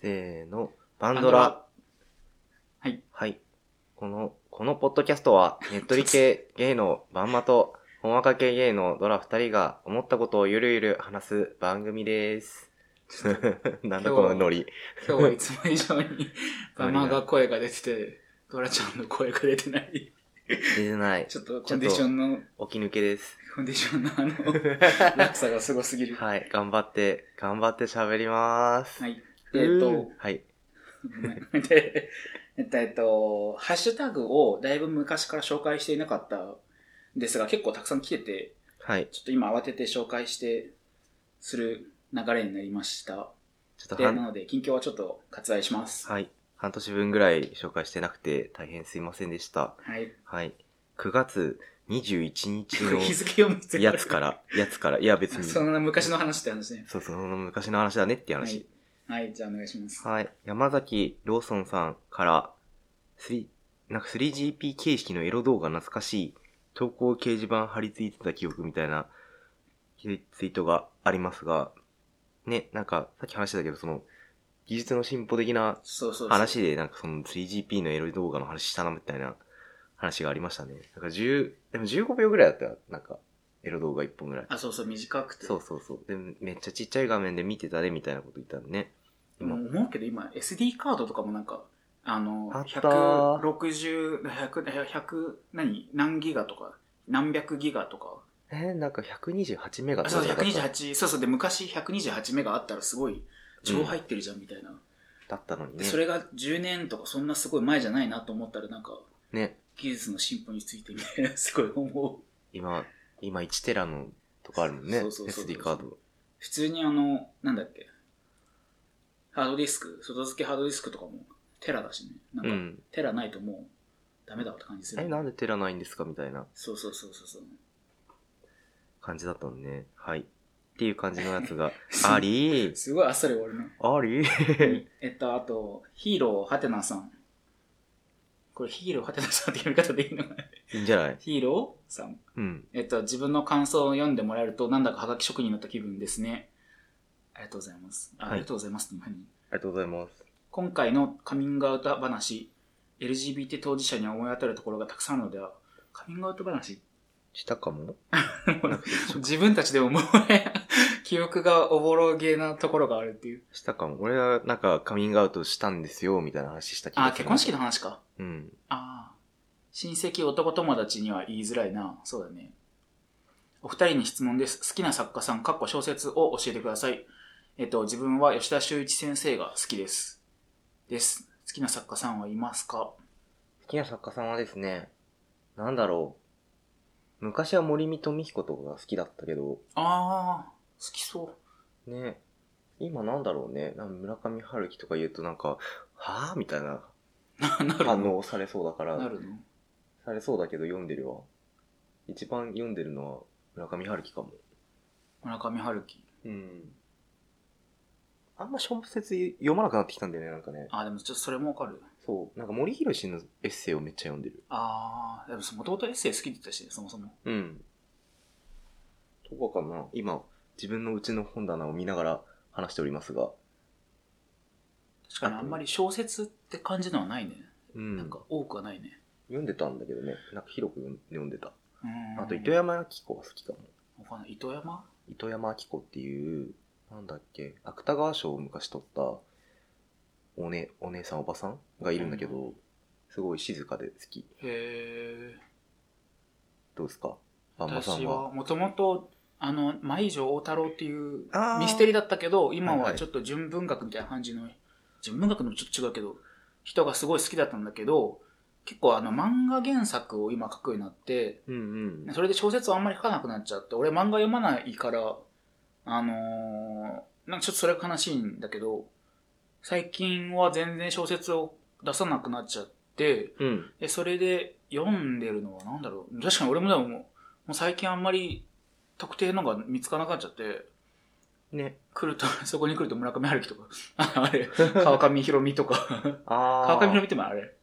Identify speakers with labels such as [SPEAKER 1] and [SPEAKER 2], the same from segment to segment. [SPEAKER 1] せーの、バンドラ。
[SPEAKER 2] はい。
[SPEAKER 1] はい。この、このポッドキャスト は、ねっとり系ゲイのバンマと、ほんわか系ゲイのドラ二人が思ったことをゆるゆる話す番組です。 なんだこのノリ。
[SPEAKER 2] 今日はいつも以上 にバマが声が出てて、ドラちゃんの声が出てない。
[SPEAKER 1] 出てない。
[SPEAKER 2] ちょっとコンディションの、
[SPEAKER 1] 起き抜け です。
[SPEAKER 2] コンディションのあ の、落差がすごすぎる。は
[SPEAKER 1] はい、頑張って、頑張って喋ります。
[SPEAKER 2] い。えっと、
[SPEAKER 1] はい。
[SPEAKER 2] ごめん で、えっと、えっと、ハッシュタグをだいぶ昔から紹介していなかったんですが、結構たくさん来てて、
[SPEAKER 1] はい。
[SPEAKER 2] ちょっと今慌てて紹介して、する流れになりました。
[SPEAKER 1] ちょっと
[SPEAKER 2] で、
[SPEAKER 1] は、
[SPEAKER 2] なんので、近況はちょっと割愛します。
[SPEAKER 1] はい。半年分ぐらい紹介してなくて、大変すいませんでした。
[SPEAKER 2] はい。
[SPEAKER 1] はい。9月21日 の
[SPEAKER 2] 日付を見つけ
[SPEAKER 1] やつから、やつから、いや別に、
[SPEAKER 2] そ
[SPEAKER 1] そ
[SPEAKER 2] んな昔の話って話ね。
[SPEAKER 1] うそう、昔の話だねっていう
[SPEAKER 2] はい
[SPEAKER 1] 話。。
[SPEAKER 2] はい、じゃあお願いします。
[SPEAKER 1] はい。山崎ローソンさんから、3、なんか 3GP 形式のエロ動画懐かしい、投稿掲示板貼り付いてた記憶みたいなツイツイートがありますが、ね、なんかさっき話してたけど、その、技術の進歩的な
[SPEAKER 2] そうそうそう。
[SPEAKER 1] 話で、なんかその 3GP のエロ動画の話したなみたいな話がありましたね。なんか10、でも15秒ぐらいだったよ。なんか、エロ動画1本ぐらい。
[SPEAKER 2] あ、そうそう、短くて。
[SPEAKER 1] そうそうそう。で、めっちゃちっちゃい画面で見てたね、みたいなこと言ったんでね。
[SPEAKER 2] でも思うけど今 SD カードとかもなんか、あの、
[SPEAKER 1] あったー
[SPEAKER 2] 160、100、100、何何ギガとか、何百ギガとか。
[SPEAKER 1] えーなんか128メガ
[SPEAKER 2] あ、そう、
[SPEAKER 1] だった
[SPEAKER 2] 128、そうそう、で、昔128メガあったらすごい、超入ってるじゃん、みたいな。
[SPEAKER 1] だったのに
[SPEAKER 2] で、
[SPEAKER 1] ね。
[SPEAKER 2] それが10年とかそんなすごい前じゃないなと思ったら、なんか、
[SPEAKER 1] ね、
[SPEAKER 2] 技術の進歩についてみたいな、すごい思う。
[SPEAKER 1] 今、今1テラのとかあるもんね。
[SPEAKER 2] そうそうそうそう
[SPEAKER 1] SD カード。
[SPEAKER 2] 普通にあの、なんだっけ、ハードディスク、外付けハードディスクとかも、テラだしね。な
[SPEAKER 1] うん
[SPEAKER 2] か、
[SPEAKER 1] ん。
[SPEAKER 2] テラないともう、ダメだわって感じする。
[SPEAKER 1] え、なんでテラないんですかみたいな
[SPEAKER 2] そうそうそうそうそう。
[SPEAKER 1] 感じだったのね。はい。っていう感じのやつが、あ りー
[SPEAKER 2] すごいあっさり終 わる
[SPEAKER 1] ありー
[SPEAKER 2] ね。えっと、あと、ヒーローハテナさん。これヒーローハテナさんって読み 方でいいのかない
[SPEAKER 1] いんじゃない
[SPEAKER 2] ヒーローさん。
[SPEAKER 1] うん。
[SPEAKER 2] えっと、自分の感想を読んでもらえると、なんだかハガキ職人になった気分ですね。ありがとうございます。あ,、
[SPEAKER 1] はい
[SPEAKER 2] りがとうございますって何
[SPEAKER 1] ありがとうございます。
[SPEAKER 2] 今回のカミングアウト話、LGBT 当事者に思い当たるところがたくさんあるのでは、カミングアウト 話
[SPEAKER 1] したかも
[SPEAKER 2] もう自分たちでももうね、 記憶がおぼろげなところがあるっていう。
[SPEAKER 1] したかも。俺はなんかカミングアウトしたんですよ、みたいな話した気が
[SPEAKER 2] あ、
[SPEAKER 1] する。
[SPEAKER 2] 結婚式の話か。
[SPEAKER 1] うん。
[SPEAKER 2] ああ。親戚、男友達には言いづらいな。そうだね。お二人に質問です。好きな作家さん、かっこ小説を教えてください。えっと、自分は吉田修一先生が好きです。です。好きな作家さんはいますか
[SPEAKER 1] 好きな作家さんはですね、なんだろう。昔は森見富彦とかが好きだったけど、
[SPEAKER 2] ああ、好きそう。
[SPEAKER 1] ね今なんだろうね。なんか村上春樹とか言うとなんか、はぁみたいな
[SPEAKER 2] な、なる
[SPEAKER 1] 反
[SPEAKER 2] の
[SPEAKER 1] 応されそうだか
[SPEAKER 2] な
[SPEAKER 1] ら、
[SPEAKER 2] るの
[SPEAKER 1] されそうだけど読んでるわ。一番読んでるのは村上春樹かも。
[SPEAKER 2] 村上春樹。
[SPEAKER 1] うん。あんま小説読まなくなってきたんだよね、なんかね。
[SPEAKER 2] ああ、でもちょっとそれもわかる。
[SPEAKER 1] そう。なんか森博氏のエッセイをめっちゃ読んでる。
[SPEAKER 2] ああ、でももともとエッセイ好きだったしね、そもそも。
[SPEAKER 1] うん。とかかな。今、自分のうちの本棚を見ながら話しておりますが。
[SPEAKER 2] 確かにあんまり小説って感じのはないね。
[SPEAKER 1] うん。
[SPEAKER 2] なんか多くはないね。
[SPEAKER 1] 読んでたんだけどね。なんか広く読んでた。
[SPEAKER 2] うん
[SPEAKER 1] あと、糸山明子が好きかも。
[SPEAKER 2] わかんない。糸山
[SPEAKER 1] 糸山明子っていう、なんだっけ、芥川賞を昔取った、おね、お姉さんおばさんがいるんだけど、すごい静かで好き。
[SPEAKER 2] へえ。
[SPEAKER 1] どうですかバンバさん
[SPEAKER 2] 私
[SPEAKER 1] は。
[SPEAKER 2] は、もともと、あの、舞城大太郎っていう
[SPEAKER 1] あー
[SPEAKER 2] ミステリーだったけど、今
[SPEAKER 1] はい
[SPEAKER 2] は
[SPEAKER 1] はい
[SPEAKER 2] ちょっと純文学みたいな感じの、純文学でもちょっと違うけど、人がすごい好きだったんだけど、結構あの漫画原作を今書くようになって、
[SPEAKER 1] うんうん。
[SPEAKER 2] それで小説をあんまり書かなくなっちゃって、俺漫画読まないから、あのーなんかちょっとそれが悲しいんだけど、最近は全然小説を出さなくなっちゃって、
[SPEAKER 1] うん。
[SPEAKER 2] で、それで読んでるのはなんだろう。確かに俺もでももう、もう最近あんまり特定のが見つからなくなっちゃって、
[SPEAKER 1] ね。
[SPEAKER 2] 来ると、 そこに来ると村上春樹とか、 ああれ、川上博美とか、
[SPEAKER 1] あー
[SPEAKER 2] 川上博美ってもあれ、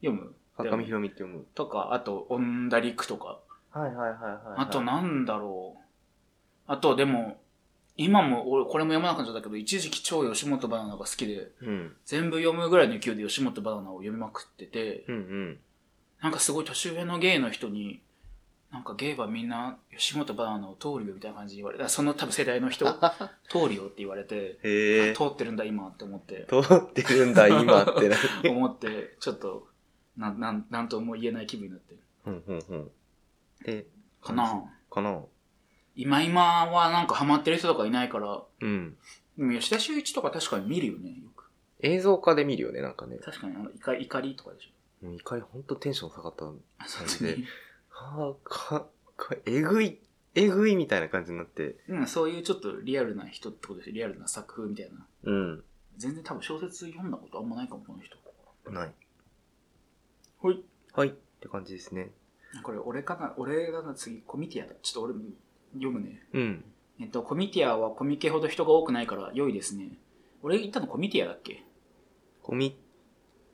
[SPEAKER 2] 読む
[SPEAKER 1] 川上博美って読む。
[SPEAKER 2] とか、あと、オンダリクとか、
[SPEAKER 1] はいはいはいはいはい。
[SPEAKER 2] あとなんだろう。あとでも、今も、俺、これも読まなくなっちゃったけど、一時期超吉本バナナが好きで、
[SPEAKER 1] うん。
[SPEAKER 2] 全部読むぐらいの勢いで吉本バナナを読みまくってて、
[SPEAKER 1] うんうん。
[SPEAKER 2] なんかすごい年上のゲイの人に、なんかゲイはみんな吉本バナナを通るよみたいな感じで言われて、その多分世代の人、通るよって言われて、
[SPEAKER 1] へえ。
[SPEAKER 2] 通ってるんだ今って思って、
[SPEAKER 1] 通ってるんだ、今 ってな。
[SPEAKER 2] 思って、ちょっと、なん、なん、なんとも言えない気分になってる。
[SPEAKER 1] うんうんうん。で、
[SPEAKER 2] かな
[SPEAKER 1] かな
[SPEAKER 2] 今今はなんかハマってる人とかいないから、
[SPEAKER 1] うん。
[SPEAKER 2] でも吉田修一とか確かに見るよね、よく。
[SPEAKER 1] 映像化で見るよね、なんかね。
[SPEAKER 2] 確かに、あの、怒り怒りとかでしょ。
[SPEAKER 1] もう怒りほんとテンション下がった。
[SPEAKER 2] あ、そうね。
[SPEAKER 1] はあ、か、か、えぐい、えぐいみたいな感じになって。
[SPEAKER 2] うん、そういうちょっとリアルな人ってことでしょ、リアルな作風みたいな。
[SPEAKER 1] うん。
[SPEAKER 2] 全然多分小説読んだことあんまないかも、この人。
[SPEAKER 1] ない。
[SPEAKER 2] ほい。
[SPEAKER 1] はい。って感じですね。
[SPEAKER 2] これ俺かな、俺が次、コミティアだ。ちょっと俺も読むね。
[SPEAKER 1] うん。
[SPEAKER 2] えっと、コミティアはコミケほど人が多くないから良いですね。俺行ったのコミティアだっけ
[SPEAKER 1] コミ、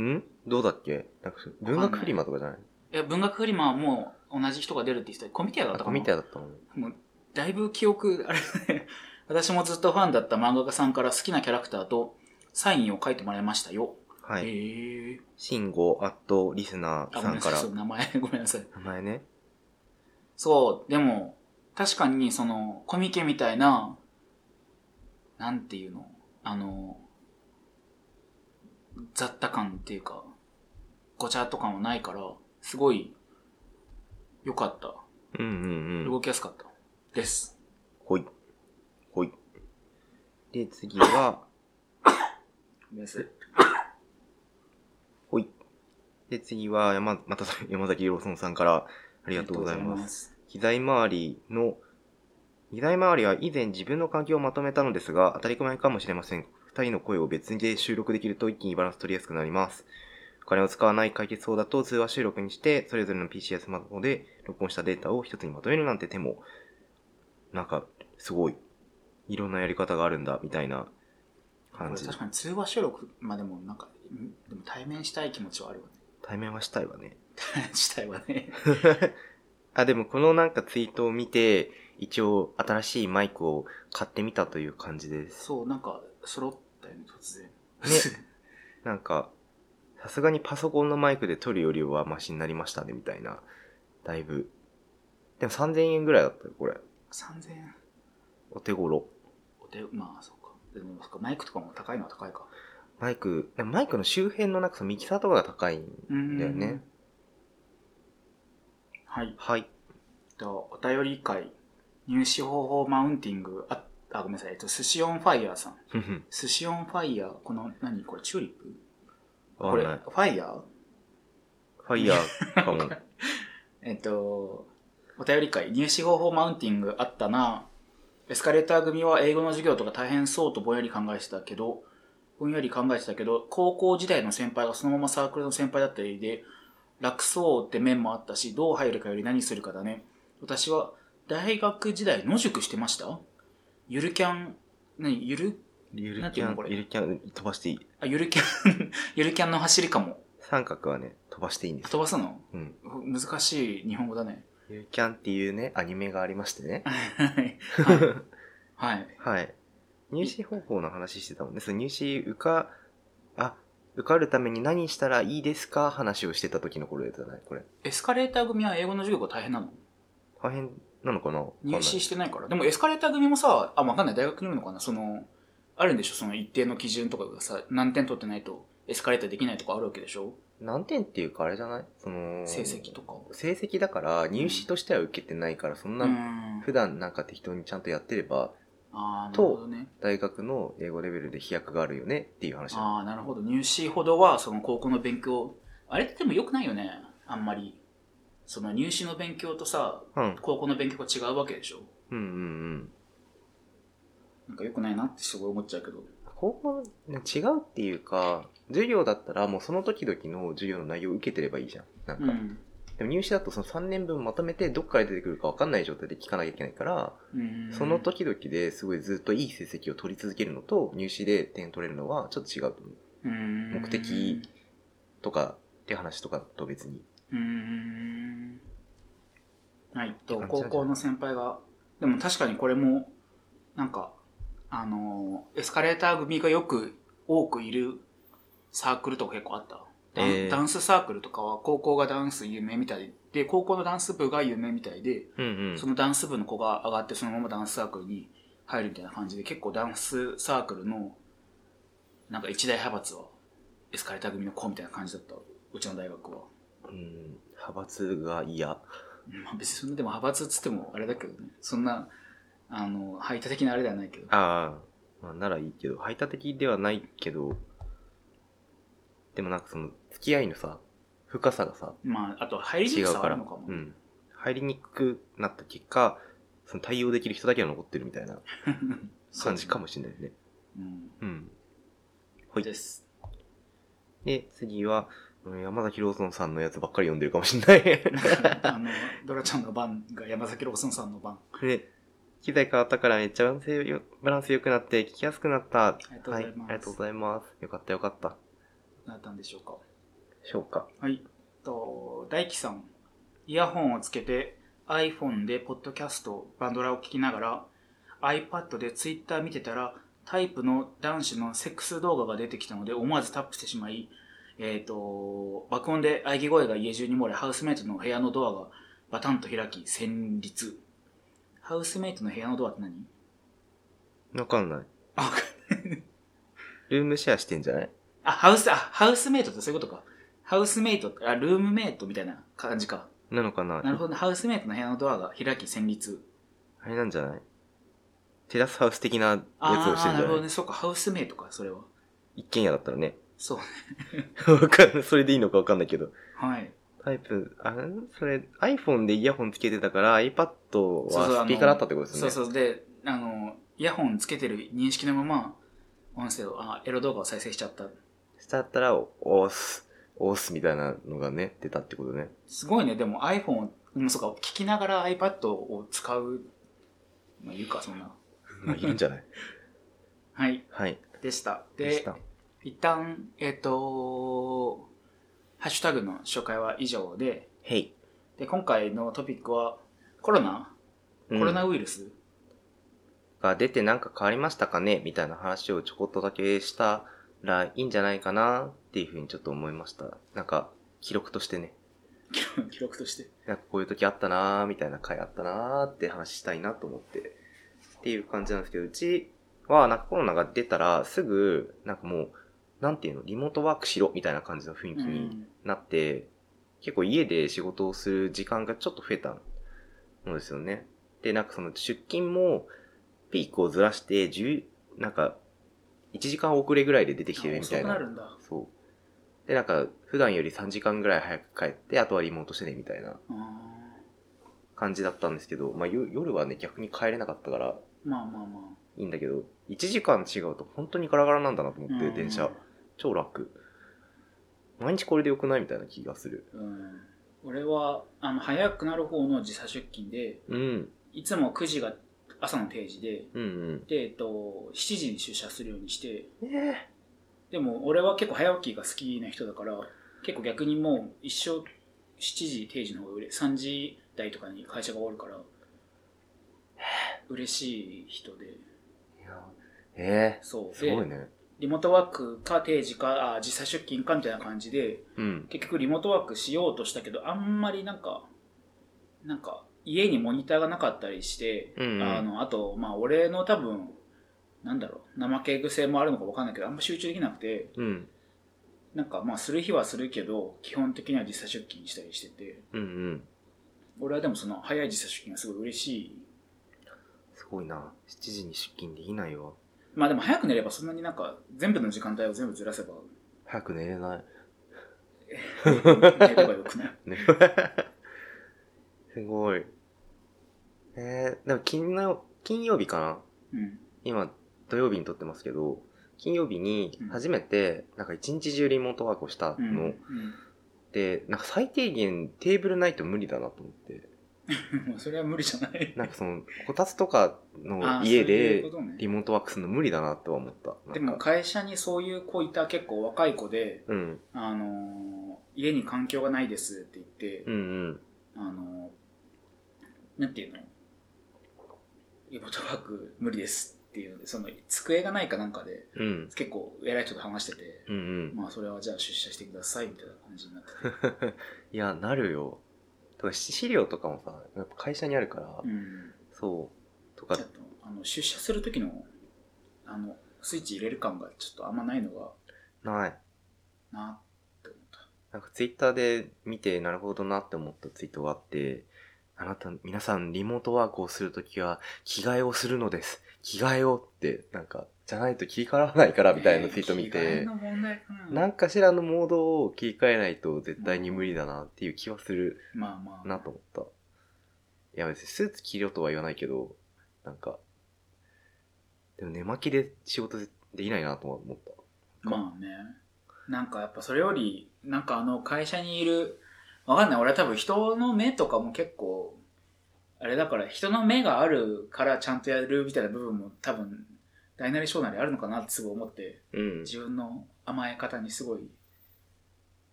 [SPEAKER 1] んどうだっけなんか文学フリマとかじゃない
[SPEAKER 2] いや、文学フリマはもう同じ人が出るって言ってた。コミティアだっ
[SPEAKER 1] あ、
[SPEAKER 2] た
[SPEAKER 1] コ
[SPEAKER 2] かな
[SPEAKER 1] ミティアだったもん。
[SPEAKER 2] もう、だいぶ記憶、あれだね。 私もずっとファンだった漫画家さんから好きなキャラクターとサインを書いてもらいましたよ。
[SPEAKER 1] は
[SPEAKER 2] へ
[SPEAKER 1] い。
[SPEAKER 2] え。
[SPEAKER 1] 慎吾、あと、リスナ
[SPEAKER 2] あ、
[SPEAKER 1] ー
[SPEAKER 2] ごめ
[SPEAKER 1] さ
[SPEAKER 2] ん
[SPEAKER 1] ん
[SPEAKER 2] な
[SPEAKER 1] か
[SPEAKER 2] さい、
[SPEAKER 1] ら
[SPEAKER 2] そ。う名前、ごめんなさい。
[SPEAKER 1] 名前ね。
[SPEAKER 2] そう、でも、確かに、その、コミケみたいな、なんていうの、あの、雑多感っていうか、ごちゃっと感はないから、すごい、良かった。
[SPEAKER 1] うんうんうん。
[SPEAKER 2] 動きやすかった。です。
[SPEAKER 1] ほい。ほい。で、次は、
[SPEAKER 2] ごめんなさい。
[SPEAKER 1] ほい。で、次は、山、またそれ山崎ローソンさんから、ありがとうございます。
[SPEAKER 2] す。
[SPEAKER 1] 機材回りの、機材回りは以前自分の環境をまとめたのですが、当たり前かもしれません。二人の声を別で収録できると一気にバランス取りやすくなります。お金を使わない解決法だと通話収録にして、それぞれの PC やスマホで録音したデータを一つにまとめるなんて手も、なんか、すごい。いろんなやり方があるんだ、みたいな
[SPEAKER 2] こ
[SPEAKER 1] 感
[SPEAKER 2] れ
[SPEAKER 1] じ。
[SPEAKER 2] 確かに通話収録、まあでもなんか、んでも対面したい気持ちはあるよね。
[SPEAKER 1] 対面はしたいわね。
[SPEAKER 2] 対面したいわね。
[SPEAKER 1] あ、でもこのなんかツイートを見て、一応新しいマイクを買ってみたという感じです。
[SPEAKER 2] そう、なんか、揃ったよね、突然。
[SPEAKER 1] ねなんか、さすがにパソコンのマイクで撮るよりはマシになりましたね、みたいな。だいぶ。でも3000円ぐらいだったよ、これ。
[SPEAKER 2] 3000円。
[SPEAKER 1] お手頃。
[SPEAKER 2] お手まあそうかでもそっかマイクとかも高いのは高いか
[SPEAKER 1] マイク、でもマイクの周辺のなんかそのミキサーとかが高いんだよね。
[SPEAKER 2] はい
[SPEAKER 1] はい。
[SPEAKER 2] ではお便り会入手方法マウンティングああごめんなさいえっと寿司オンファイヤーさん
[SPEAKER 1] ふんふん
[SPEAKER 2] 寿司オンファイヤーこの何これチューリップ
[SPEAKER 1] わ
[SPEAKER 2] こ
[SPEAKER 1] かん
[SPEAKER 2] れ
[SPEAKER 1] な
[SPEAKER 2] フ
[SPEAKER 1] い。
[SPEAKER 2] ァイヤー
[SPEAKER 1] ファイヤーかも。
[SPEAKER 2] えっとお便り会入手方法マウンティングあったなエスカレーター組は英語の授業とか大変そうとぼんやり考えてたけどぼんやり考えてたけど高校時代の先輩がそのままサークルの先輩だったりで楽そうって面もあったしどう入るかより何するかだね私は大学時代野宿してましたゆるキャン何ゆる
[SPEAKER 1] ゆる
[SPEAKER 2] なん
[SPEAKER 1] キ
[SPEAKER 2] ていう
[SPEAKER 1] ャ
[SPEAKER 2] のこ
[SPEAKER 1] ン、
[SPEAKER 2] れ
[SPEAKER 1] ゆるキャン飛ばしていい。
[SPEAKER 2] あゆるキャン ゆるキャンの走りかも
[SPEAKER 1] 三角はね、飛ばしていいんです
[SPEAKER 2] 飛
[SPEAKER 1] よ。
[SPEAKER 2] ばすの
[SPEAKER 1] うん。
[SPEAKER 2] 難しい日本語だ ね
[SPEAKER 1] ゆるキャンっていうね、アニメがありましてね。
[SPEAKER 2] はいはい、はい
[SPEAKER 1] はい。入試方法の話してたもんね。その入試受か、あ、受かるために何したらいいですか話をしてた時の頃やつじゃないこれ。
[SPEAKER 2] エスカレーター組は英語の授業が大変なの
[SPEAKER 1] 大変なのかな
[SPEAKER 2] 入試してないから。でもエスカレーター組もさ、あ、わかんない。大学にものかなその、あるんでしょその一定の基準とかがさ、何点取ってないとエスカレーターできないとかあるわけでしょ
[SPEAKER 1] 何点っていうかあれじゃないその、
[SPEAKER 2] 成績とか。
[SPEAKER 1] 成績だから入試としては受けてないから、そん
[SPEAKER 2] う
[SPEAKER 1] な、
[SPEAKER 2] ん。
[SPEAKER 1] 普段なんか適当にちゃんとやってれば、
[SPEAKER 2] ああ、なる
[SPEAKER 1] と
[SPEAKER 2] ほどね。
[SPEAKER 1] 大学の英語レベルで飛躍があるよねっていう話だ。
[SPEAKER 2] ああ、なるほど。入試ほどは、その高校の勉強、あれってでも良くないよね。あんまり。その入試の勉強とさ、
[SPEAKER 1] うん。
[SPEAKER 2] 高校の勉強が違うわけでしょ
[SPEAKER 1] うんうんうん。
[SPEAKER 2] なんか良くないなってすごい思っちゃうけど。
[SPEAKER 1] 高校、ね違うっていうか、授業だったらもうその時々の授業の内容を受けてればいいじゃん。なんか。
[SPEAKER 2] うん。
[SPEAKER 1] でも入試だとその3年分まとめてどっから出てくるか分かんない状態で聞かなきゃいけないから、
[SPEAKER 2] うん
[SPEAKER 1] その時々ですごいずっといい成績を取り続けるのと入試で点取れるのはちょっと違うと思う
[SPEAKER 2] 目
[SPEAKER 1] 目的とかって話とかと別に。
[SPEAKER 2] うーんはい、
[SPEAKER 1] 感じなんじ
[SPEAKER 2] と
[SPEAKER 1] ゃない
[SPEAKER 2] 高校の先輩がでも確かにこれもなんかあの、エスカレーター組がよく、多くいるサークルとか結構あった。ダン
[SPEAKER 1] えー
[SPEAKER 2] ダンスサークルとかは高校がダンス有名みたいで、高校のダンス部が有名みたいで、
[SPEAKER 1] うんうん。
[SPEAKER 2] そのダンス部の子が上がってそのままダンスサークルに入るみたいな感じで結構ダンスサークルのなんか一大派閥はエスカレーター組の子みたいな感じだったうちの大学は、
[SPEAKER 1] うん、派閥が嫌。
[SPEAKER 2] うんまあ、別にそんなでも派閥っつってもあれだけどねそんなあの排他的なあれではないけど
[SPEAKER 1] ああ、まあ、ならいいけど、排他的ではないけど、でもなんかその、付き合いのさ、深さがさ、
[SPEAKER 2] まああとは入り
[SPEAKER 1] 違
[SPEAKER 2] にく
[SPEAKER 1] う
[SPEAKER 2] さは
[SPEAKER 1] か
[SPEAKER 2] あ
[SPEAKER 1] ら、
[SPEAKER 2] る
[SPEAKER 1] う
[SPEAKER 2] のかも、
[SPEAKER 1] ん。入りにくくなった結果、その対応できる人だけが残ってるみたいな感じか
[SPEAKER 2] も、
[SPEAKER 1] もしれないね。
[SPEAKER 2] うん
[SPEAKER 1] うん。ほい
[SPEAKER 2] です
[SPEAKER 1] で、次は、うん山崎ローソンさんのやつばっかり読んでるかもしんない。
[SPEAKER 2] あのドラちゃんの番が山崎ローソンさんの番
[SPEAKER 1] で、機材変わったからめっちゃバランスよバランス良くなって聞きやすくなった。はい、
[SPEAKER 2] ありがとうございます
[SPEAKER 1] ありがとうございます。よかったよかった。
[SPEAKER 2] だったんでしょうか
[SPEAKER 1] しょうか。
[SPEAKER 2] はい。と、大輝さん。イヤホンをつけて iPhone でポッドキャスト、バンドラを聞きながら iPad で Twitter 見てたらタイプの男子のセックス動画が出てきたので思わずタップしてしまい、えっ、と、爆音で喘ぎ声が家中に漏れハウスメイトの部屋のドアがバタンと開き戦慄。ハウスメイトの部屋のドアって何
[SPEAKER 1] わかんない。
[SPEAKER 2] あ、
[SPEAKER 1] ルームシェアしてんじゃない
[SPEAKER 2] あハウス、あ、ハウスメイトってそういうことか。ハウスメイトって、あ、ルームメイトみたいな感じか。
[SPEAKER 1] なのかな
[SPEAKER 2] なるほどね、ハウスメイトの部屋のドアが開き戦慄。
[SPEAKER 1] あれなんじゃないテラスハウス的なやつ
[SPEAKER 2] あ
[SPEAKER 1] をして
[SPEAKER 2] あ
[SPEAKER 1] ん
[SPEAKER 2] ー、
[SPEAKER 1] じ
[SPEAKER 2] な
[SPEAKER 1] ゃ
[SPEAKER 2] るほ
[SPEAKER 1] ない
[SPEAKER 2] どね。そうか、ハウスメイトか、それは。
[SPEAKER 1] 一軒家だったらね。
[SPEAKER 2] そうね。
[SPEAKER 1] わかんない。それでいいのかわかんないけど。
[SPEAKER 2] はい。
[SPEAKER 1] タイプ、あれそれ、iPhone でイヤホンつけてたから iPad
[SPEAKER 2] そうそう
[SPEAKER 1] は
[SPEAKER 2] あの
[SPEAKER 1] スピーカーだったってことですね。
[SPEAKER 2] そうそう。で、あの、イヤホンつけてる認識のまま、音声を、あ、エロ動画を再生しちゃった。
[SPEAKER 1] しちゃったら、押す、押すみたいなのがね、出たってことね。
[SPEAKER 2] すごいね、でも iPhone を、うんそうか、聞きながら iPad を使う、まあ言うか、そんな。
[SPEAKER 1] まあ、いるんじゃない
[SPEAKER 2] はい、
[SPEAKER 1] はい。
[SPEAKER 2] でした。
[SPEAKER 1] でし
[SPEAKER 2] で
[SPEAKER 1] た、。
[SPEAKER 2] 一旦、えっ、と、ハッシュタグの紹介は以上で、
[SPEAKER 1] へい。
[SPEAKER 2] で、今回のトピックは、コロナ、コ
[SPEAKER 1] うん
[SPEAKER 2] ロナウイルス、
[SPEAKER 1] が出てなんか変わりましたかねみたいな話をちょこっとだけしたらいいんじゃないかなっていうふうにちょっと思いました。なんか、記録としてね。
[SPEAKER 2] 記録として。
[SPEAKER 1] なんかこういう時あったなーみたいな回あったなーって話したいなと思って。っていう感じなんですけど、うちはなんかコロナが出たらすぐ、なんかもう、なんていうの、リモートワークしろみたいな感じの雰囲気になって、結構家で仕事をする時間がちょっと増えたのですよね。で、なんかその出勤もピークをずらして、10なんか、1時間遅れぐらいで出てきてるみたい
[SPEAKER 2] あ遅く
[SPEAKER 1] な
[SPEAKER 2] な。るんだ。
[SPEAKER 1] そう。で、なんか、普段より3時間ぐらい早く帰って、あとはリモートしてね、みたいな
[SPEAKER 2] あー
[SPEAKER 1] 感じだったんですけど、まあ、よ夜はね、逆に帰れなかったから、
[SPEAKER 2] まあまあま
[SPEAKER 1] いいんだけど、1時間違うと本当にガラガラなんだなと思
[SPEAKER 2] あ。
[SPEAKER 1] って、
[SPEAKER 2] うん
[SPEAKER 1] 電車。超楽。毎日これでよくないみたいな気がする。
[SPEAKER 2] うん。俺は、あの、早くなる方の時差出勤で、
[SPEAKER 1] うん。
[SPEAKER 2] いつも9時が朝の定時で、
[SPEAKER 1] うんうん。
[SPEAKER 2] で、えっと、7時に出社するようにして、
[SPEAKER 1] ねえ
[SPEAKER 2] でも俺は結構早起きが好きな人だから、結構逆にもう一生7時定時の方が嬉3時台とかに会社が終わるから、嬉しい人で、
[SPEAKER 1] いやえ
[SPEAKER 2] そ
[SPEAKER 1] ー、
[SPEAKER 2] う。
[SPEAKER 1] す
[SPEAKER 2] で
[SPEAKER 1] ごいね。
[SPEAKER 2] リモートワークか定時か、あ時差出勤かみたいな感じで、
[SPEAKER 1] うん。
[SPEAKER 2] 結局リモートワークしようとしたけどあんまりなんかなんか家にモニターがなかったりして、
[SPEAKER 1] うんうん
[SPEAKER 2] あのあとまあ俺の多分なんだろう怠け癖もあるのか分かんないけどあんま集中できなくて
[SPEAKER 1] うん。
[SPEAKER 2] なんかまあする日はするけど基本的には時差出勤したりしてて
[SPEAKER 1] うんうん。
[SPEAKER 2] 俺はでもその早い時差出勤がすごい嬉しい
[SPEAKER 1] すごいな。7時に出勤できないわ。
[SPEAKER 2] まあでも早く寝ればそんなになんか全部の時間帯を全部ずら せば
[SPEAKER 1] 早く寝れない。
[SPEAKER 2] 寝ればよくない
[SPEAKER 1] ねすごい。えー、でも金曜、金曜日かな
[SPEAKER 2] うん
[SPEAKER 1] 今、土曜日に撮ってますけど、金曜日に
[SPEAKER 2] うん
[SPEAKER 1] 初めて、なんか一日中リモートワークをした
[SPEAKER 2] う
[SPEAKER 1] の、
[SPEAKER 2] ん
[SPEAKER 1] で、なんか最低限テーブルないと無理だなと思って。
[SPEAKER 2] うん、も うそれは無理じゃない
[SPEAKER 1] なんかその、こたつとか
[SPEAKER 2] あ
[SPEAKER 1] の家
[SPEAKER 2] ーそうい
[SPEAKER 1] で
[SPEAKER 2] うことね
[SPEAKER 1] リモートワークするの無理だなとは思った。なんか
[SPEAKER 2] でも会社にそういう子いた結構若い子で、
[SPEAKER 1] うん。
[SPEAKER 2] あのー家に環境がないですって言って
[SPEAKER 1] う、んうん。
[SPEAKER 2] あのーなんていうのリモートワーク無理ですってっていうので、その、机がないかなんかで、
[SPEAKER 1] うん。
[SPEAKER 2] 結構偉い人と話してて、
[SPEAKER 1] うんうん。
[SPEAKER 2] まあ、それはじゃあ出社してください、みたいな感じになってて。
[SPEAKER 1] いや、なるよ。とかし資料とかもさ、やっぱ会社にあるから、
[SPEAKER 2] うん。
[SPEAKER 1] そう。と
[SPEAKER 2] あ
[SPEAKER 1] か
[SPEAKER 2] と、、あの、出社する時の、あの、スイッチ入れる感がちょっとあんまないのが、
[SPEAKER 1] ない。
[SPEAKER 2] なって思った。
[SPEAKER 1] なんかツイッターで見て、なるほどなって思ったツイートがあって、あなた、皆さんリモートワークをするときは、着替えをするのです。着替えをって、なんか、じゃないと切り替わらないからみたいなツイート見て、
[SPEAKER 2] えー着替えの問題かな
[SPEAKER 1] なんかしらのモードを切り替えないと絶対に無理だなっていう気はする
[SPEAKER 2] まあまあ。
[SPEAKER 1] なと思った。いや別にスーツ着ろとは言わないけど、なんか、でも寝巻きで仕事できないなとは思った。
[SPEAKER 2] まあね。なんかやっぱそれより、なんかあの会社にいる、わかんない。俺は多分人の目とかも結構、あれだから人の目があるからちゃんとやるみたいな部分も多分、大なり小なりあるのかなってすごい思って、
[SPEAKER 1] うん。
[SPEAKER 2] 自分の甘え方にすごい、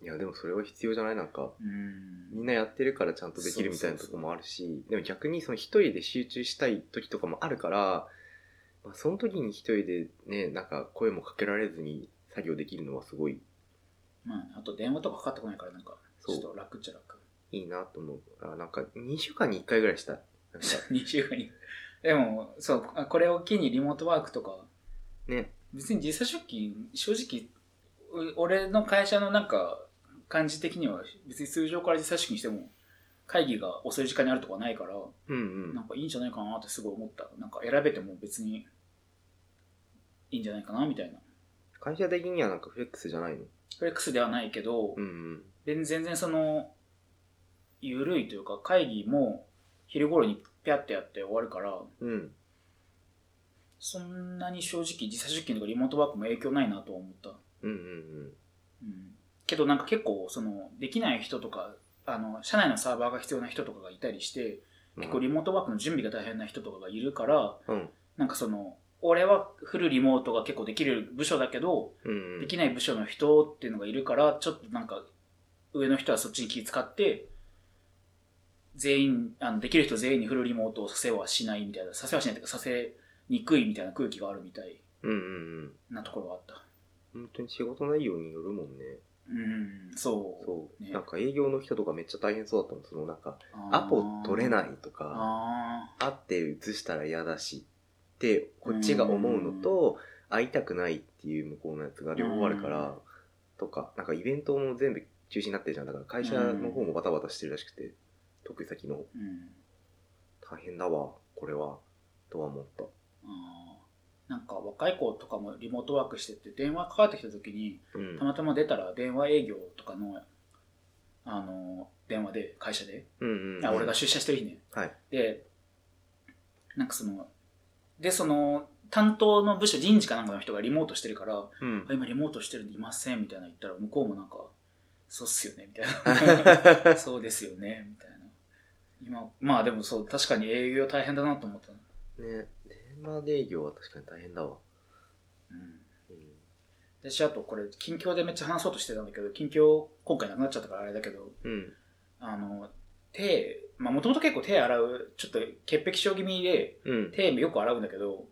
[SPEAKER 1] いやでもそれは必要じゃないなんか、
[SPEAKER 2] うん。
[SPEAKER 1] みんなやってるからちゃんとできるみたいなとこもあるし、でも逆にその一人で集中したい時とかもあるから、まあ、その時に一人でね、なんか声もかけられずに作業できるのはすごい
[SPEAKER 2] まあ、あと電話とかかかってこないからなんか、ち
[SPEAKER 1] そう
[SPEAKER 2] ょっと楽っちゃ楽。
[SPEAKER 1] いいなと思うから、なんか2週間に1回ぐらいしたい。 なんか
[SPEAKER 2] 2週間に。でも、そう、あこれを機にリモートワークとか、
[SPEAKER 1] ね、
[SPEAKER 2] 別に時差出勤正直う俺の会社のなんか感じ的には別に通常から時差出勤しても会議が遅い時間にあるとかないから
[SPEAKER 1] うんう。
[SPEAKER 2] なんんかいいんじゃないかなってすごい思ったなんか選べても別にいいんじゃないかなみたいな
[SPEAKER 1] 会社的にはなんかフレックスじゃないの
[SPEAKER 2] フレックスではないけど
[SPEAKER 1] うんうん。
[SPEAKER 2] 全然その緩いというか会議も昼頃にピャッてやって終わるから
[SPEAKER 1] うん。
[SPEAKER 2] そんなに正直時差出勤とかリモートワークも影響ないなとは思った
[SPEAKER 1] うんうん
[SPEAKER 2] うんけどなんか結構そのできない人とかあの社内のサーバーが必要な人とかがいたりして
[SPEAKER 1] うん。
[SPEAKER 2] 結構リモートワークの準備が大変な人とかがいるから
[SPEAKER 1] うん。
[SPEAKER 2] なんかその俺はフルリモートが結構できる部署だけど、
[SPEAKER 1] うん。
[SPEAKER 2] できない部署の人っていうのがいるからちょっとなんか上の人はそっちに気使って全員あのできる人全員にフルリモートをさせはしないみたいなさせはしないというかさせにくいみたいな空気があるみたい
[SPEAKER 1] うんうんうん。
[SPEAKER 2] なところがあった
[SPEAKER 1] 本当に仕事内容によるもんね。
[SPEAKER 2] うんそう
[SPEAKER 1] そう。
[SPEAKER 2] ね
[SPEAKER 1] なんか営業の人とかめっちゃ大変そうだったもん。そのなんか、
[SPEAKER 2] あー
[SPEAKER 1] アポ取れないとか、
[SPEAKER 2] ああ
[SPEAKER 1] 会って映したら嫌だしって、こっちが思うのと、会いたくないっていう向こうのやつが両方あるか
[SPEAKER 2] う
[SPEAKER 1] ら
[SPEAKER 2] ん、
[SPEAKER 1] とか、なんかイベントも全部中止になってるじゃん。だから会社の方もバタバタしてるらしくて、得意先の。
[SPEAKER 2] うん
[SPEAKER 1] 大変だわ、これは、とは思った。
[SPEAKER 2] あーなんか若い子とかもリモートワークしてて電話かかってきた時に
[SPEAKER 1] うん
[SPEAKER 2] た。またま出たら電話営業とかのあの電話で会社で、
[SPEAKER 1] うんうん。
[SPEAKER 2] あ俺が。出社してる日ね
[SPEAKER 1] はい。
[SPEAKER 2] でなんかそのでその担当の部署人事かなんかの人がリモートしてるからあ
[SPEAKER 1] うん。
[SPEAKER 2] 今リモートしてるんでいませんみたいな言ったら向こうもなんかそうっすよねみたいな
[SPEAKER 1] う
[SPEAKER 2] そうですよねみたいな今まあでもそう確かに営業大変だなと思った、
[SPEAKER 1] ん。ね、電話で営業は確かに大変だわ。
[SPEAKER 2] うん
[SPEAKER 1] うん。
[SPEAKER 2] 私あとこれ近況でめっちゃ話そうとしてたんだけど近況今回なくなっちゃったからあれだけど
[SPEAKER 1] うん。
[SPEAKER 2] あの手まあもともと結構手洗うちょっと潔癖症気味で
[SPEAKER 1] うん。
[SPEAKER 2] 手よく洗うんだけど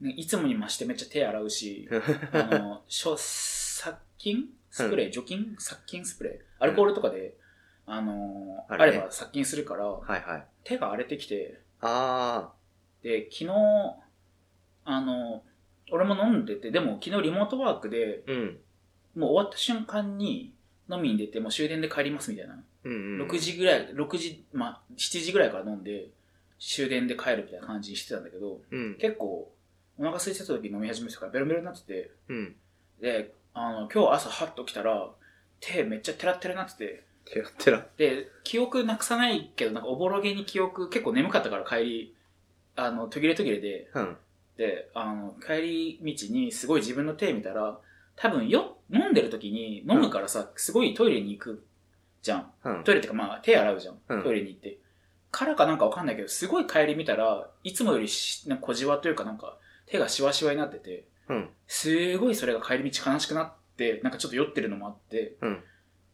[SPEAKER 2] ねいつもに増してめっちゃ手洗 うしあのしょ殺菌スプレー、除菌殺菌スプレーアルコールとかで、あの
[SPEAKER 1] あ
[SPEAKER 2] あ
[SPEAKER 1] るね
[SPEAKER 2] れば殺菌するから、
[SPEAKER 1] はいはい。
[SPEAKER 2] 手が荒れてきて
[SPEAKER 1] あ
[SPEAKER 2] で昨日あの俺も飲んでてでも昨日リモートワークで
[SPEAKER 1] ー。うん。
[SPEAKER 2] もう終わった瞬間に飲みに出て、もう終電で帰りますみたいな。
[SPEAKER 1] うん、うん。
[SPEAKER 2] 6。時ぐらい、6時、まあ、7時ぐらいから飲んで、終電で帰るみたいな感じにしてたんだけど、
[SPEAKER 1] うん。
[SPEAKER 2] 結構、お腹空いてた時に飲み始めてたからベロベロになってて、
[SPEAKER 1] うん。
[SPEAKER 2] で、あの、今日朝ハッと起きたら、手めっちゃテラッテラになってて、
[SPEAKER 1] てらってら。
[SPEAKER 2] で、記憶なくさないけど、なんかおぼろげに記憶、結構眠かったから帰り、あの、途切れ途切れで、
[SPEAKER 1] うん。
[SPEAKER 2] であの帰り道にすごい自分の手見たら多分よ飲んでる時に飲むからさすごいトイレに行くじゃん
[SPEAKER 1] うん。
[SPEAKER 2] トイレっていうかまあ手洗うじゃん、
[SPEAKER 1] うん
[SPEAKER 2] トイレに行ってからかなんかわかんないけどすごい帰り見たらいつもよりしなんか小じわというかなんか手がしわしわになってて
[SPEAKER 1] うん。
[SPEAKER 2] すごいそれが帰り道悲しくなってなんかちょっと酔ってるのもあって
[SPEAKER 1] うん。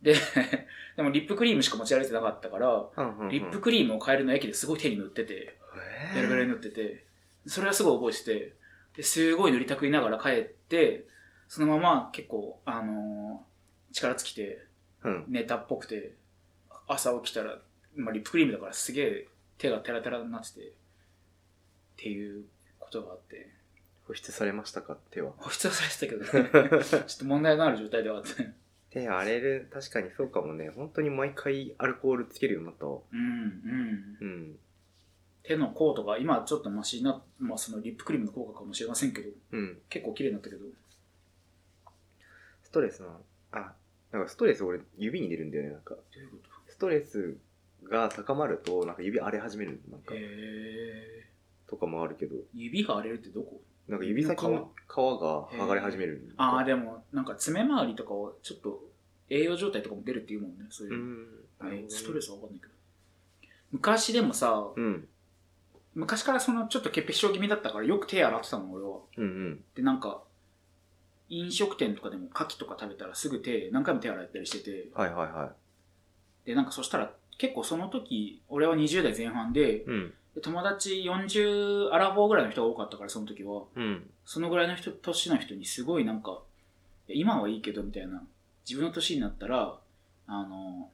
[SPEAKER 2] で でもリップクリームしか持ち歩いてなかったから
[SPEAKER 1] うん。うん。
[SPEAKER 2] リップクリームを帰りの駅ですごい手に塗っててベロベロに塗ってて、それはすごい覚えてて、ですごい塗りたくりながら帰って、そのまま結構、あのー力尽きて、
[SPEAKER 1] うん。
[SPEAKER 2] 寝たっぽくて、朝起きたら、まあ、リップクリームだからすげえ手がテラテラになってて、っていうことがあって、
[SPEAKER 1] 保湿されましたか手は。
[SPEAKER 2] 保湿はされてたけどね、 ちょっと問題のある状態ではあって。
[SPEAKER 1] 手荒れる、確かにそうかもね。本当に毎回アルコールつけるようになったわ。
[SPEAKER 2] うん、うん。
[SPEAKER 1] うん。
[SPEAKER 2] 手の甲とか、今はちょっとマシな、まあそのリップクリームの効果かもしれませんけど、
[SPEAKER 1] うん。
[SPEAKER 2] 結構綺麗になったけど。
[SPEAKER 1] ストレスな、あ、なんかストレス俺指に出るんだよね、なんか。
[SPEAKER 2] どういうこと
[SPEAKER 1] ストレスが高まると、なんか指荒れ始める、なんか
[SPEAKER 2] へ、え
[SPEAKER 1] とかもあるけど、
[SPEAKER 2] 指が荒れるってどこ
[SPEAKER 1] なんか指先の皮が剥がれ始める。
[SPEAKER 2] ああ、
[SPEAKER 1] で
[SPEAKER 2] でも、なんか爪周りとかをちょっと栄養状態とかも出るっていうもんね。そういうう。
[SPEAKER 1] ん。
[SPEAKER 2] はいストレ
[SPEAKER 1] ス。
[SPEAKER 2] スはわかんないけど。昔でもさ、
[SPEAKER 1] うん。
[SPEAKER 2] 昔からそのちょっと潔癖症気味だったからよく手洗ってたの、俺は。
[SPEAKER 1] うんうん。
[SPEAKER 2] で、なんか、飲食店とかでも牡蠣とか食べたらすぐ手、何回も手洗ったりしてて、
[SPEAKER 1] はいはいは
[SPEAKER 2] で、なんかそしたら結構その時、俺は20代前半で、
[SPEAKER 1] い。うん。
[SPEAKER 2] で友達40アラフォーぐらいの人が多かったから、その時は。
[SPEAKER 1] うん。
[SPEAKER 2] そのぐらいの人、年の人にすごいなんか、いや今はいいけどみたいな、自分の年になったら、あの、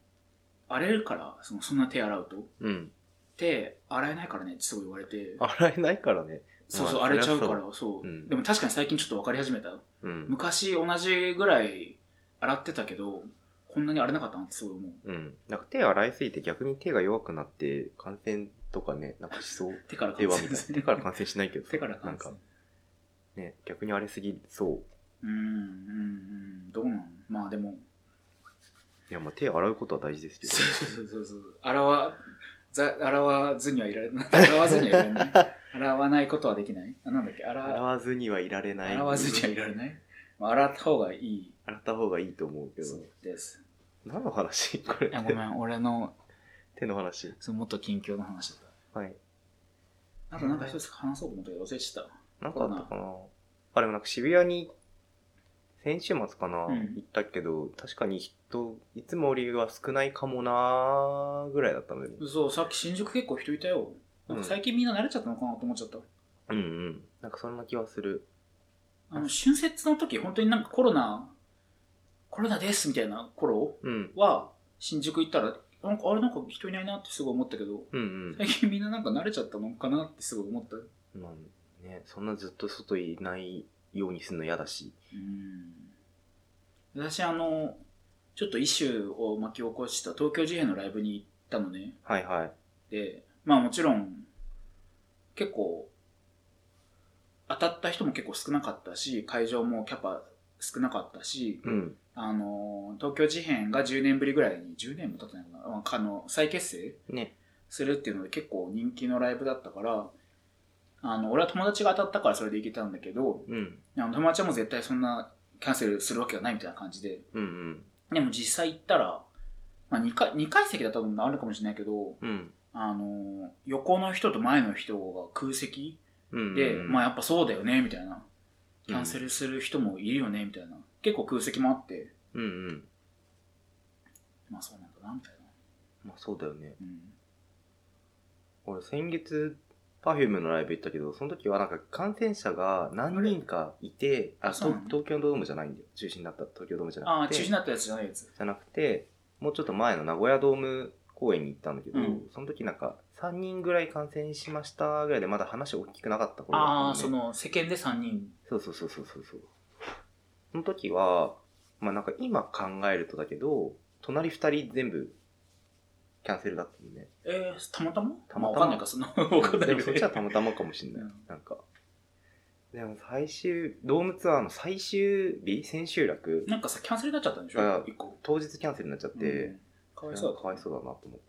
[SPEAKER 2] 荒れるから、そのそんな手洗うと。
[SPEAKER 1] うん。
[SPEAKER 2] 手洗えないからねってすごい言われて、
[SPEAKER 1] 洗えないからね。
[SPEAKER 2] そうそう、
[SPEAKER 1] まあ
[SPEAKER 2] 荒れちゃうか
[SPEAKER 1] そ
[SPEAKER 2] ら
[SPEAKER 1] りゃ、
[SPEAKER 2] そ
[SPEAKER 1] う
[SPEAKER 2] う。
[SPEAKER 1] ん
[SPEAKER 2] でも確かに最近ちょっと分かり始めた。
[SPEAKER 1] うん。
[SPEAKER 2] 昔同じぐらい洗ってたけど、こんなに荒れなかったなってすごい思う。
[SPEAKER 1] うん。なんか手洗いすぎて逆に手が弱くなって感染とかね、なんかし そう。
[SPEAKER 2] 手から
[SPEAKER 1] 手
[SPEAKER 2] 感
[SPEAKER 1] はみ
[SPEAKER 2] 染
[SPEAKER 1] たいな。手から感染しないけど。
[SPEAKER 2] 手から感
[SPEAKER 1] な
[SPEAKER 2] 染
[SPEAKER 1] んかね、逆に荒れすぎそう。
[SPEAKER 2] うん、うん、うん、どうなんまあで も、
[SPEAKER 1] いや、まあ手洗うことは大事ですけど。
[SPEAKER 2] そうそうそう。洗わ、ざ洗わずにはいられない。 洗わずにはいられない。洗わないことはできない。あなんだっけ
[SPEAKER 1] 洗
[SPEAKER 2] 洗
[SPEAKER 1] わずにはいられない。
[SPEAKER 2] 洗わずにはいられない。まあ、洗った方がいい
[SPEAKER 1] 洗った方がいいと思うけど。
[SPEAKER 2] です。
[SPEAKER 1] 何の話これ
[SPEAKER 2] いやごめん、俺の
[SPEAKER 1] 手の話。
[SPEAKER 2] そのもっと近況の話だっ
[SPEAKER 1] はい。
[SPEAKER 2] た。あとなんか一つ話そうと思ったけど忘れちゃっ
[SPEAKER 1] なんかあったかなあ、でもなんか渋谷に、先週末かな、
[SPEAKER 2] うん
[SPEAKER 1] 行ったけど、確かに人、いつもよりは少ないかもなーぐらいだったのよね。
[SPEAKER 2] た。そう、さっき新宿結構人いたよ。なんか最近みんな慣れちゃったのかなと思っちゃった。
[SPEAKER 1] うんうん。なんかそんな気はする。
[SPEAKER 2] あの、春節の時、本当になんかコロナ、コロナですみたいな頃
[SPEAKER 1] うん。
[SPEAKER 2] は、新宿行ったら、なんかあれなんか人いないなってすごい思ったけど、
[SPEAKER 1] うん
[SPEAKER 2] 最近みんななんか慣れちゃったのかなってすごい思った。う
[SPEAKER 1] うん。まあね、そんなずっと外いないようにするの嫌だし。
[SPEAKER 2] ん。私あの、ちょっとイシューを巻き起こした東京事変のライブに行ったのね。
[SPEAKER 1] はいはい。
[SPEAKER 2] で、まあもちろん、結構、当たった人も結構少なかったし、会場もキャパ少なかったし、
[SPEAKER 1] うん。
[SPEAKER 2] あの、東京事変が10年ぶりぐらいに、10年も経ってないのかな、あの、再結成
[SPEAKER 1] ね。
[SPEAKER 2] するっていうので結構人気のライブだったから、あの、俺は友達が当たったからそれで行けたんだけど、
[SPEAKER 1] うん。
[SPEAKER 2] あの友達はもう絶対そんなキャンセルするわけがないみたいな感じで。
[SPEAKER 1] うんうん。
[SPEAKER 2] でも実際行ったら、まあ2階、二階席だったのもあるかもしれないけど、
[SPEAKER 1] うん。
[SPEAKER 2] あのー横の人と前の人が空席
[SPEAKER 1] うん。
[SPEAKER 2] で、
[SPEAKER 1] うん
[SPEAKER 2] まあやっぱそうだよね、みたいな。キャンセルする人もいるよね、みたいな。結構空席もあって、
[SPEAKER 1] うんうん。
[SPEAKER 2] まあそうなんだな、みたいな。
[SPEAKER 1] まあそうだよね。
[SPEAKER 2] うん。
[SPEAKER 1] 俺先月 Perfume のライブ行ったけどその時はなんか感染者が何人かいてあ
[SPEAKER 2] あそうな
[SPEAKER 1] 東
[SPEAKER 2] の
[SPEAKER 1] 東京ドームじゃないんだよ中止になった東京ドームじゃ
[SPEAKER 2] あ
[SPEAKER 1] な
[SPEAKER 2] あ、
[SPEAKER 1] くて
[SPEAKER 2] 中止になったやつじゃないやつ。
[SPEAKER 1] じゃなくてもうちょっと前の名古屋ドーム公演に行ったんだけど、
[SPEAKER 2] うん
[SPEAKER 1] その時なんか3人ぐらい感染しましたぐらいでまだ話大きくなかった頃だった
[SPEAKER 2] ああ、
[SPEAKER 1] ね
[SPEAKER 2] その世間で3人。
[SPEAKER 1] そうそうそうそうそうそうその時はまあなんか今考えるとだけど隣2人全部キャンセルだったもんね
[SPEAKER 2] えー、たまたま
[SPEAKER 1] たまたま
[SPEAKER 2] あわかんないか、その、 わかん
[SPEAKER 1] で
[SPEAKER 2] ないけ
[SPEAKER 1] も
[SPEAKER 2] ど
[SPEAKER 1] そっ
[SPEAKER 2] ね
[SPEAKER 1] ちはたまたまかもしれない、
[SPEAKER 2] うん
[SPEAKER 1] なんかでも最終ドームツアーの最終日千秋楽
[SPEAKER 2] なんかさ、キャンセルになっちゃったんでしょ
[SPEAKER 1] あ
[SPEAKER 2] ?1 個。
[SPEAKER 1] 当日キャンセルになっちゃって、
[SPEAKER 2] うんかわいそうだ
[SPEAKER 1] かわいそうだなと思っ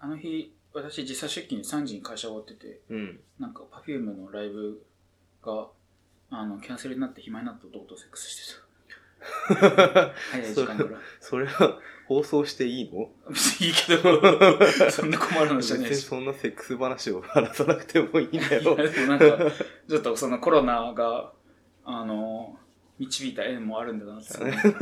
[SPEAKER 1] た
[SPEAKER 2] あの日、私実際出勤で3時に会社終わってて、
[SPEAKER 1] うん
[SPEAKER 2] なんか Perfume のライブが、あの、キャンセルになって暇になった男とセックスしてた。早い時間から。
[SPEAKER 1] それは放送していいの
[SPEAKER 2] 別 にいいけど、そんな困る話
[SPEAKER 1] 別
[SPEAKER 2] じゃな
[SPEAKER 1] に
[SPEAKER 2] いし。
[SPEAKER 1] そんなセックス話を話さなくてもいいんだ
[SPEAKER 2] いや
[SPEAKER 1] よ
[SPEAKER 2] でもなんか、ちょっとそのコロナが、あの、導いた縁もあるんだなって。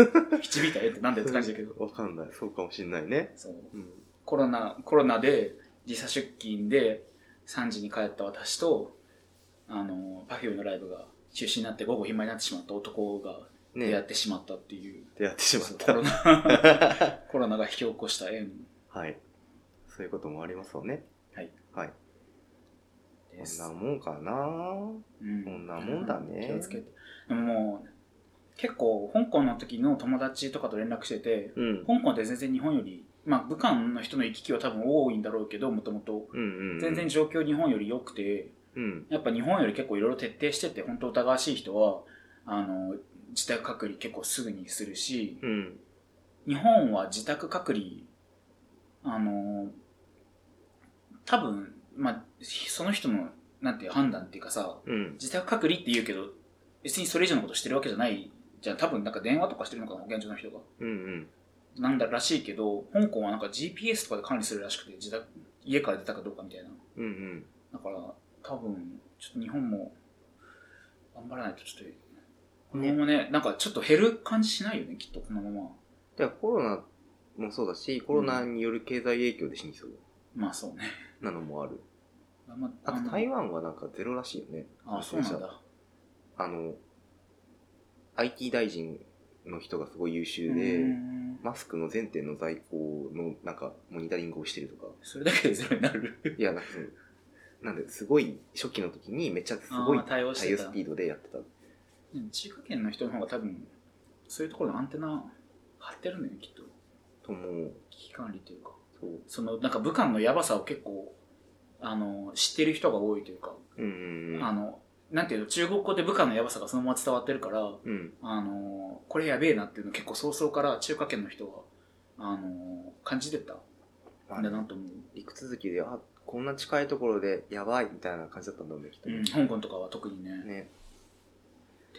[SPEAKER 2] 導いた縁ってなんだよって感じだけど。
[SPEAKER 1] わかんないそうかもしんないね
[SPEAKER 2] そう
[SPEAKER 1] うん
[SPEAKER 2] コロナ、コロナで時差出勤で3時に帰った私と、あの、Perfume のライブが中止になって午後暇になってしまった男が出会
[SPEAKER 1] ね
[SPEAKER 2] ってしまったっていう、
[SPEAKER 1] 出会ってしまっ
[SPEAKER 2] コ
[SPEAKER 1] た
[SPEAKER 2] ロ。ナコロナが引き起こした縁
[SPEAKER 1] はい。そういうこともありますよね。
[SPEAKER 2] はい。
[SPEAKER 1] はい。
[SPEAKER 2] で
[SPEAKER 1] そん
[SPEAKER 2] す。
[SPEAKER 1] なもんかな
[SPEAKER 2] うん
[SPEAKER 1] こんなもんだね
[SPEAKER 2] 気をつけて。でももう、結構、香港の時の友達とかと連絡してて、
[SPEAKER 1] うん。
[SPEAKER 2] 香港って全然日本より、まあ、武漢の人の行き来は多分多いんだろうけど、もともと。
[SPEAKER 1] うんうんうん。
[SPEAKER 2] 全然。状況日本より良くて、
[SPEAKER 1] うん。
[SPEAKER 2] やっぱ日本より結構いろいろ徹底してて、本当疑わしい人は、あの、自宅隔離結構すぐにするし、
[SPEAKER 1] うん。
[SPEAKER 2] 日本は自宅隔離あの多分まあその人のなんていう判断っていうかさ
[SPEAKER 1] うん。
[SPEAKER 2] 自宅隔離って言うけど別にそれ以上のことしてるわけじゃないじゃん多分なんか電話とかしてるのかな保健所の人が
[SPEAKER 1] うん。
[SPEAKER 2] なんだらしいけど香港はなんか GPS とかで管理するらしくて自宅家から出たかどうかみたいな
[SPEAKER 1] うん。うん。
[SPEAKER 2] だから多分ちょっと日本も頑張らないとちょっとこのままねなんかちょっと減る感じしないよねきっとこのまま
[SPEAKER 1] ではコロナもそうだし、コロナによる経済影響で死にそう
[SPEAKER 2] まあそうね
[SPEAKER 1] なのもある。
[SPEAKER 2] あんま
[SPEAKER 1] あ
[SPEAKER 2] あ
[SPEAKER 1] と
[SPEAKER 2] んま
[SPEAKER 1] 台湾はなんかゼロらしいよね。
[SPEAKER 2] ああ、そうなんだ。
[SPEAKER 1] あの、IT 大臣の人がすごい優秀
[SPEAKER 2] うー
[SPEAKER 1] で、
[SPEAKER 2] ん
[SPEAKER 1] マスクの全店の在庫のなんかモニタリングをしてるとか。
[SPEAKER 2] それだけでゼロにな る。
[SPEAKER 1] いや、なんかその、なんで、すごい、初期の時にめっちゃすごい
[SPEAKER 2] あー対応して
[SPEAKER 1] 対応
[SPEAKER 2] た
[SPEAKER 1] スピードでやってた。
[SPEAKER 2] 中華圏の人の方が多分、そういうところのアンテナ張ってるんだよね、きっと。
[SPEAKER 1] と思う。
[SPEAKER 2] 危機管理というか。
[SPEAKER 1] そう。
[SPEAKER 2] その、なんか武漢のやばさを結構、あの、知ってる人が多いというか、
[SPEAKER 1] うんうん
[SPEAKER 2] あの、なんていうの、中国語で武漢のやばさがそのまま伝わってるから、
[SPEAKER 1] うん。うん。
[SPEAKER 2] あの、これやべえなっていうの結構早々から中華圏の人は、あの、感じてたんだなと思う。
[SPEAKER 1] 陸続きで、あ、こんな近いところでやばいみたいな感じだったんだろうね、きっと
[SPEAKER 2] う
[SPEAKER 1] ね
[SPEAKER 2] ん、。香港とかは特にね、
[SPEAKER 1] ね、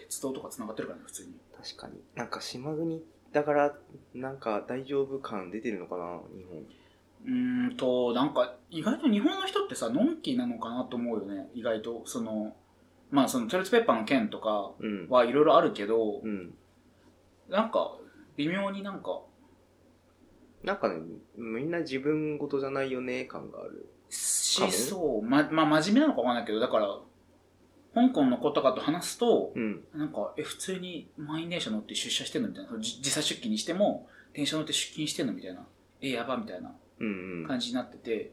[SPEAKER 2] 鉄道とか繋がってるからね、普通に。
[SPEAKER 1] 確かに。なんか島国だから、なんか大丈夫感出てるのかな、日本。
[SPEAKER 2] うーんと、なんか、意外と日本の人ってさ、のんきなのかなと思うよね、意外と。その、まあ、そのトイレットペーパーの件とか
[SPEAKER 1] うん。
[SPEAKER 2] はいろいろあるけど
[SPEAKER 1] う、ん。
[SPEAKER 2] なんか、微妙になんか、
[SPEAKER 1] なんかね、みんな自分事じゃないよね、感がある。かも
[SPEAKER 2] しそう、ま、まあ、真面目なのかわかんないけど、だから、香港の子とかと話すと、
[SPEAKER 1] うん。
[SPEAKER 2] なんか、え、普通に満員電車乗って出社してんのみたいな、そのじ時差出勤にしても、電車乗って出勤してんのみたいな、え、やばみたいな。
[SPEAKER 1] うんうん。
[SPEAKER 2] 感じになってて、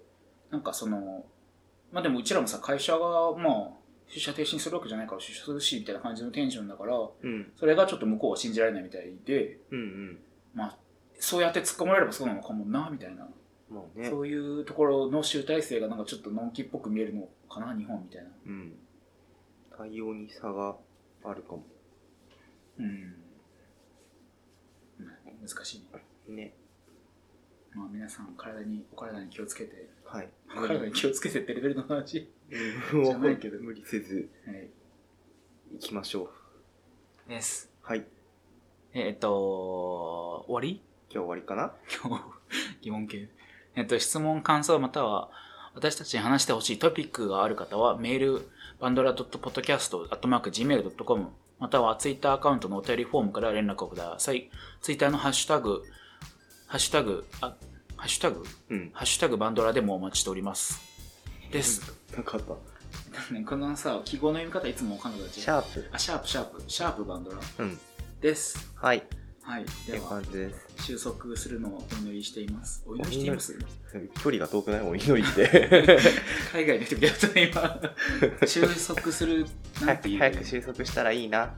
[SPEAKER 2] なんかその、まあでもうちらもさ、会社が、まあ、出社停止にするわけじゃないから出社するし、みたいな感じのテンションだから、
[SPEAKER 1] うん。
[SPEAKER 2] それがちょっと向こうは信じられないみたいで、
[SPEAKER 1] うんうん。
[SPEAKER 2] まあ、そうやって突っ込まれればそうなのかもな、みたいな。
[SPEAKER 1] まあね。
[SPEAKER 2] そういうところの集大成がなんかちょっとのんきっぽく見えるのかな、日本みたいな。
[SPEAKER 1] うん。対応に差があるかも。
[SPEAKER 2] うん。まあ難しいね。
[SPEAKER 1] ね。
[SPEAKER 2] まあ皆さん、体に、お体に気をつけて、
[SPEAKER 1] はい。
[SPEAKER 2] お体に気をつけてってレベルの話。
[SPEAKER 1] うん
[SPEAKER 2] じゃないけど
[SPEAKER 1] 無理せず、
[SPEAKER 2] はい。
[SPEAKER 1] 行きましょう。
[SPEAKER 2] です。
[SPEAKER 1] はい。今
[SPEAKER 2] えっと、終わり
[SPEAKER 1] 日終わりかな
[SPEAKER 2] 今日、疑問系。えっと、質問、感想、または、私たちに話してほしいトピックがある方は、メール、バンドラ .podcast.gmail.com、またはツイッターアカウントのお便りフォームから連絡をください。ツイッターのハッシュタグ、ハッシュタグ、あ、ハッシュタグ
[SPEAKER 1] うん。
[SPEAKER 2] ハッシュタグバンドラでもお待ちしております。です。
[SPEAKER 1] なかった。
[SPEAKER 2] このさ、記号の読み方いつもわかんなくなっ
[SPEAKER 1] シ
[SPEAKER 2] ゃう。
[SPEAKER 1] ャー
[SPEAKER 2] あ、シャープ、シャープ、シャープバンドラ
[SPEAKER 1] プ。うん。
[SPEAKER 2] です。
[SPEAKER 1] はい。
[SPEAKER 2] はい。
[SPEAKER 1] って
[SPEAKER 2] で
[SPEAKER 1] いう
[SPEAKER 2] は。
[SPEAKER 1] 感じです。
[SPEAKER 2] 収束するのをお祈りしています。お祈りしています
[SPEAKER 1] 距離が遠くないお祈り して。
[SPEAKER 2] 海外の人 々は今、収束するなんていう。
[SPEAKER 1] 早く収束したらいいな。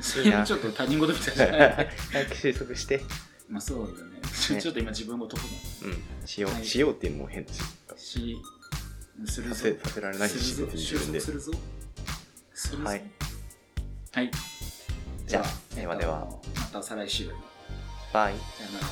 [SPEAKER 2] それもちょっと他人事みたいじゃない。
[SPEAKER 1] 早く収束して。
[SPEAKER 2] まあそうだね。ちょ
[SPEAKER 1] ね
[SPEAKER 2] ちょっと今自分ごとく
[SPEAKER 1] うん。しよ
[SPEAKER 2] は
[SPEAKER 1] う。
[SPEAKER 2] い
[SPEAKER 1] しようっていうのも変だし。
[SPEAKER 2] なし、する
[SPEAKER 1] さ
[SPEAKER 2] ぞ。
[SPEAKER 1] せさせられないし、
[SPEAKER 2] するぞ
[SPEAKER 1] 自
[SPEAKER 2] 収
[SPEAKER 1] 分
[SPEAKER 2] 束
[SPEAKER 1] です
[SPEAKER 2] るぞ。するぞ。
[SPEAKER 1] は
[SPEAKER 2] はいい。
[SPEAKER 1] じゃあ
[SPEAKER 2] え
[SPEAKER 1] で
[SPEAKER 2] っと
[SPEAKER 1] はでは
[SPEAKER 2] また再来週。
[SPEAKER 1] バイ。
[SPEAKER 2] さよなら。